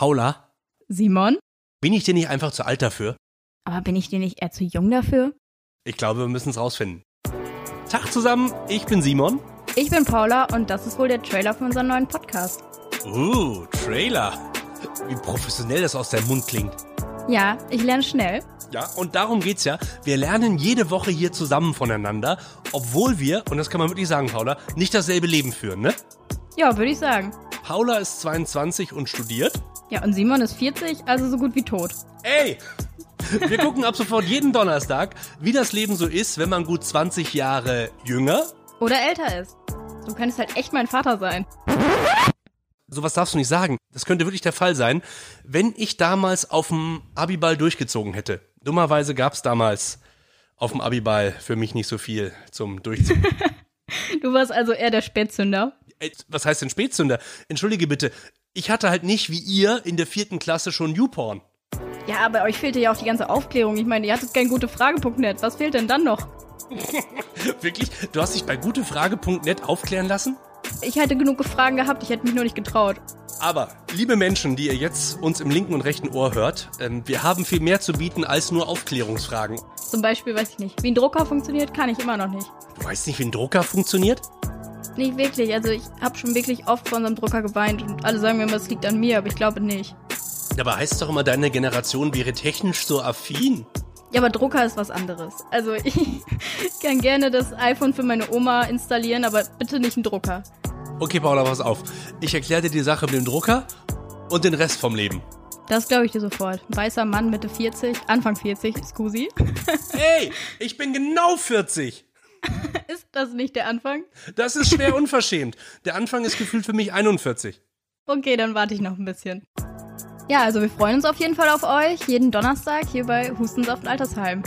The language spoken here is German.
Paula, Simon? bin ich dir nicht einfach zu alt dafür? Aber bin ich dir nicht eher zu jung dafür? Ich glaube, wir müssen es rausfinden. Tag zusammen, ich bin Simon. Ich bin Paula und das ist wohl der Trailer für unseren neuen Podcast. Uh, Trailer. Wie professionell das aus deinem Mund klingt. Ja, ich lerne schnell. Ja, und darum geht's ja. Wir lernen jede Woche hier zusammen voneinander, obwohl wir, und das kann man wirklich sagen, Paula, nicht dasselbe Leben führen, ne? Ja, würde ich sagen. Paula ist 22 und studiert. Ja, und Simon ist 40, also so gut wie tot. Ey! Wir gucken ab sofort jeden Donnerstag, wie das Leben so ist, wenn man gut 20 Jahre jünger. Oder älter ist. Du könntest halt echt mein Vater sein. Sowas darfst du nicht sagen. Das könnte wirklich der Fall sein, wenn ich damals auf dem Abiball durchgezogen hätte. Dummerweise gab's damals auf dem Abiball für mich nicht so viel zum Durchziehen. Du warst also eher der Spätzünder. Ey, was heißt denn Spätzünder? Entschuldige bitte. Ich hatte halt nicht wie ihr in der vierten Klasse schon YouPorn. Ja, aber euch fehlte ja auch die ganze Aufklärung. Ich meine, ihr hattet kein gute Frage.net. Was fehlt denn dann noch? Wirklich? Du hast dich bei gutefrage.net aufklären lassen? Ich hätte genug Fragen gehabt, ich hätte mich nur nicht getraut. Aber, liebe Menschen, die ihr jetzt uns im linken und rechten Ohr hört, ähm, wir haben viel mehr zu bieten als nur Aufklärungsfragen. Zum Beispiel weiß ich nicht, wie ein Drucker funktioniert, kann ich immer noch nicht. Du weißt nicht, wie ein Drucker funktioniert? Nicht wirklich, also ich habe schon wirklich oft vor unserem Drucker geweint und alle sagen mir immer, es liegt an mir, aber ich glaube nicht. Dabei heißt es doch immer, deine Generation wäre technisch so affin. Ja, aber Drucker ist was anderes. Also ich kann gerne das iPhone für meine Oma installieren, aber bitte nicht einen Drucker. Okay, Paula, pass auf. Ich erkläre dir die Sache mit dem Drucker und den Rest vom Leben. Das glaube ich dir sofort. Weißer Mann, Mitte 40, Anfang 40, scusi. Hey, ich bin genau 40. Ist das nicht der Anfang? Das ist schwer unverschämt. Der Anfang ist gefühlt für mich 41. Okay, dann warte ich noch ein bisschen. Ja, also wir freuen uns auf jeden Fall auf euch. Jeden Donnerstag hier bei Hustensaft Altersheim.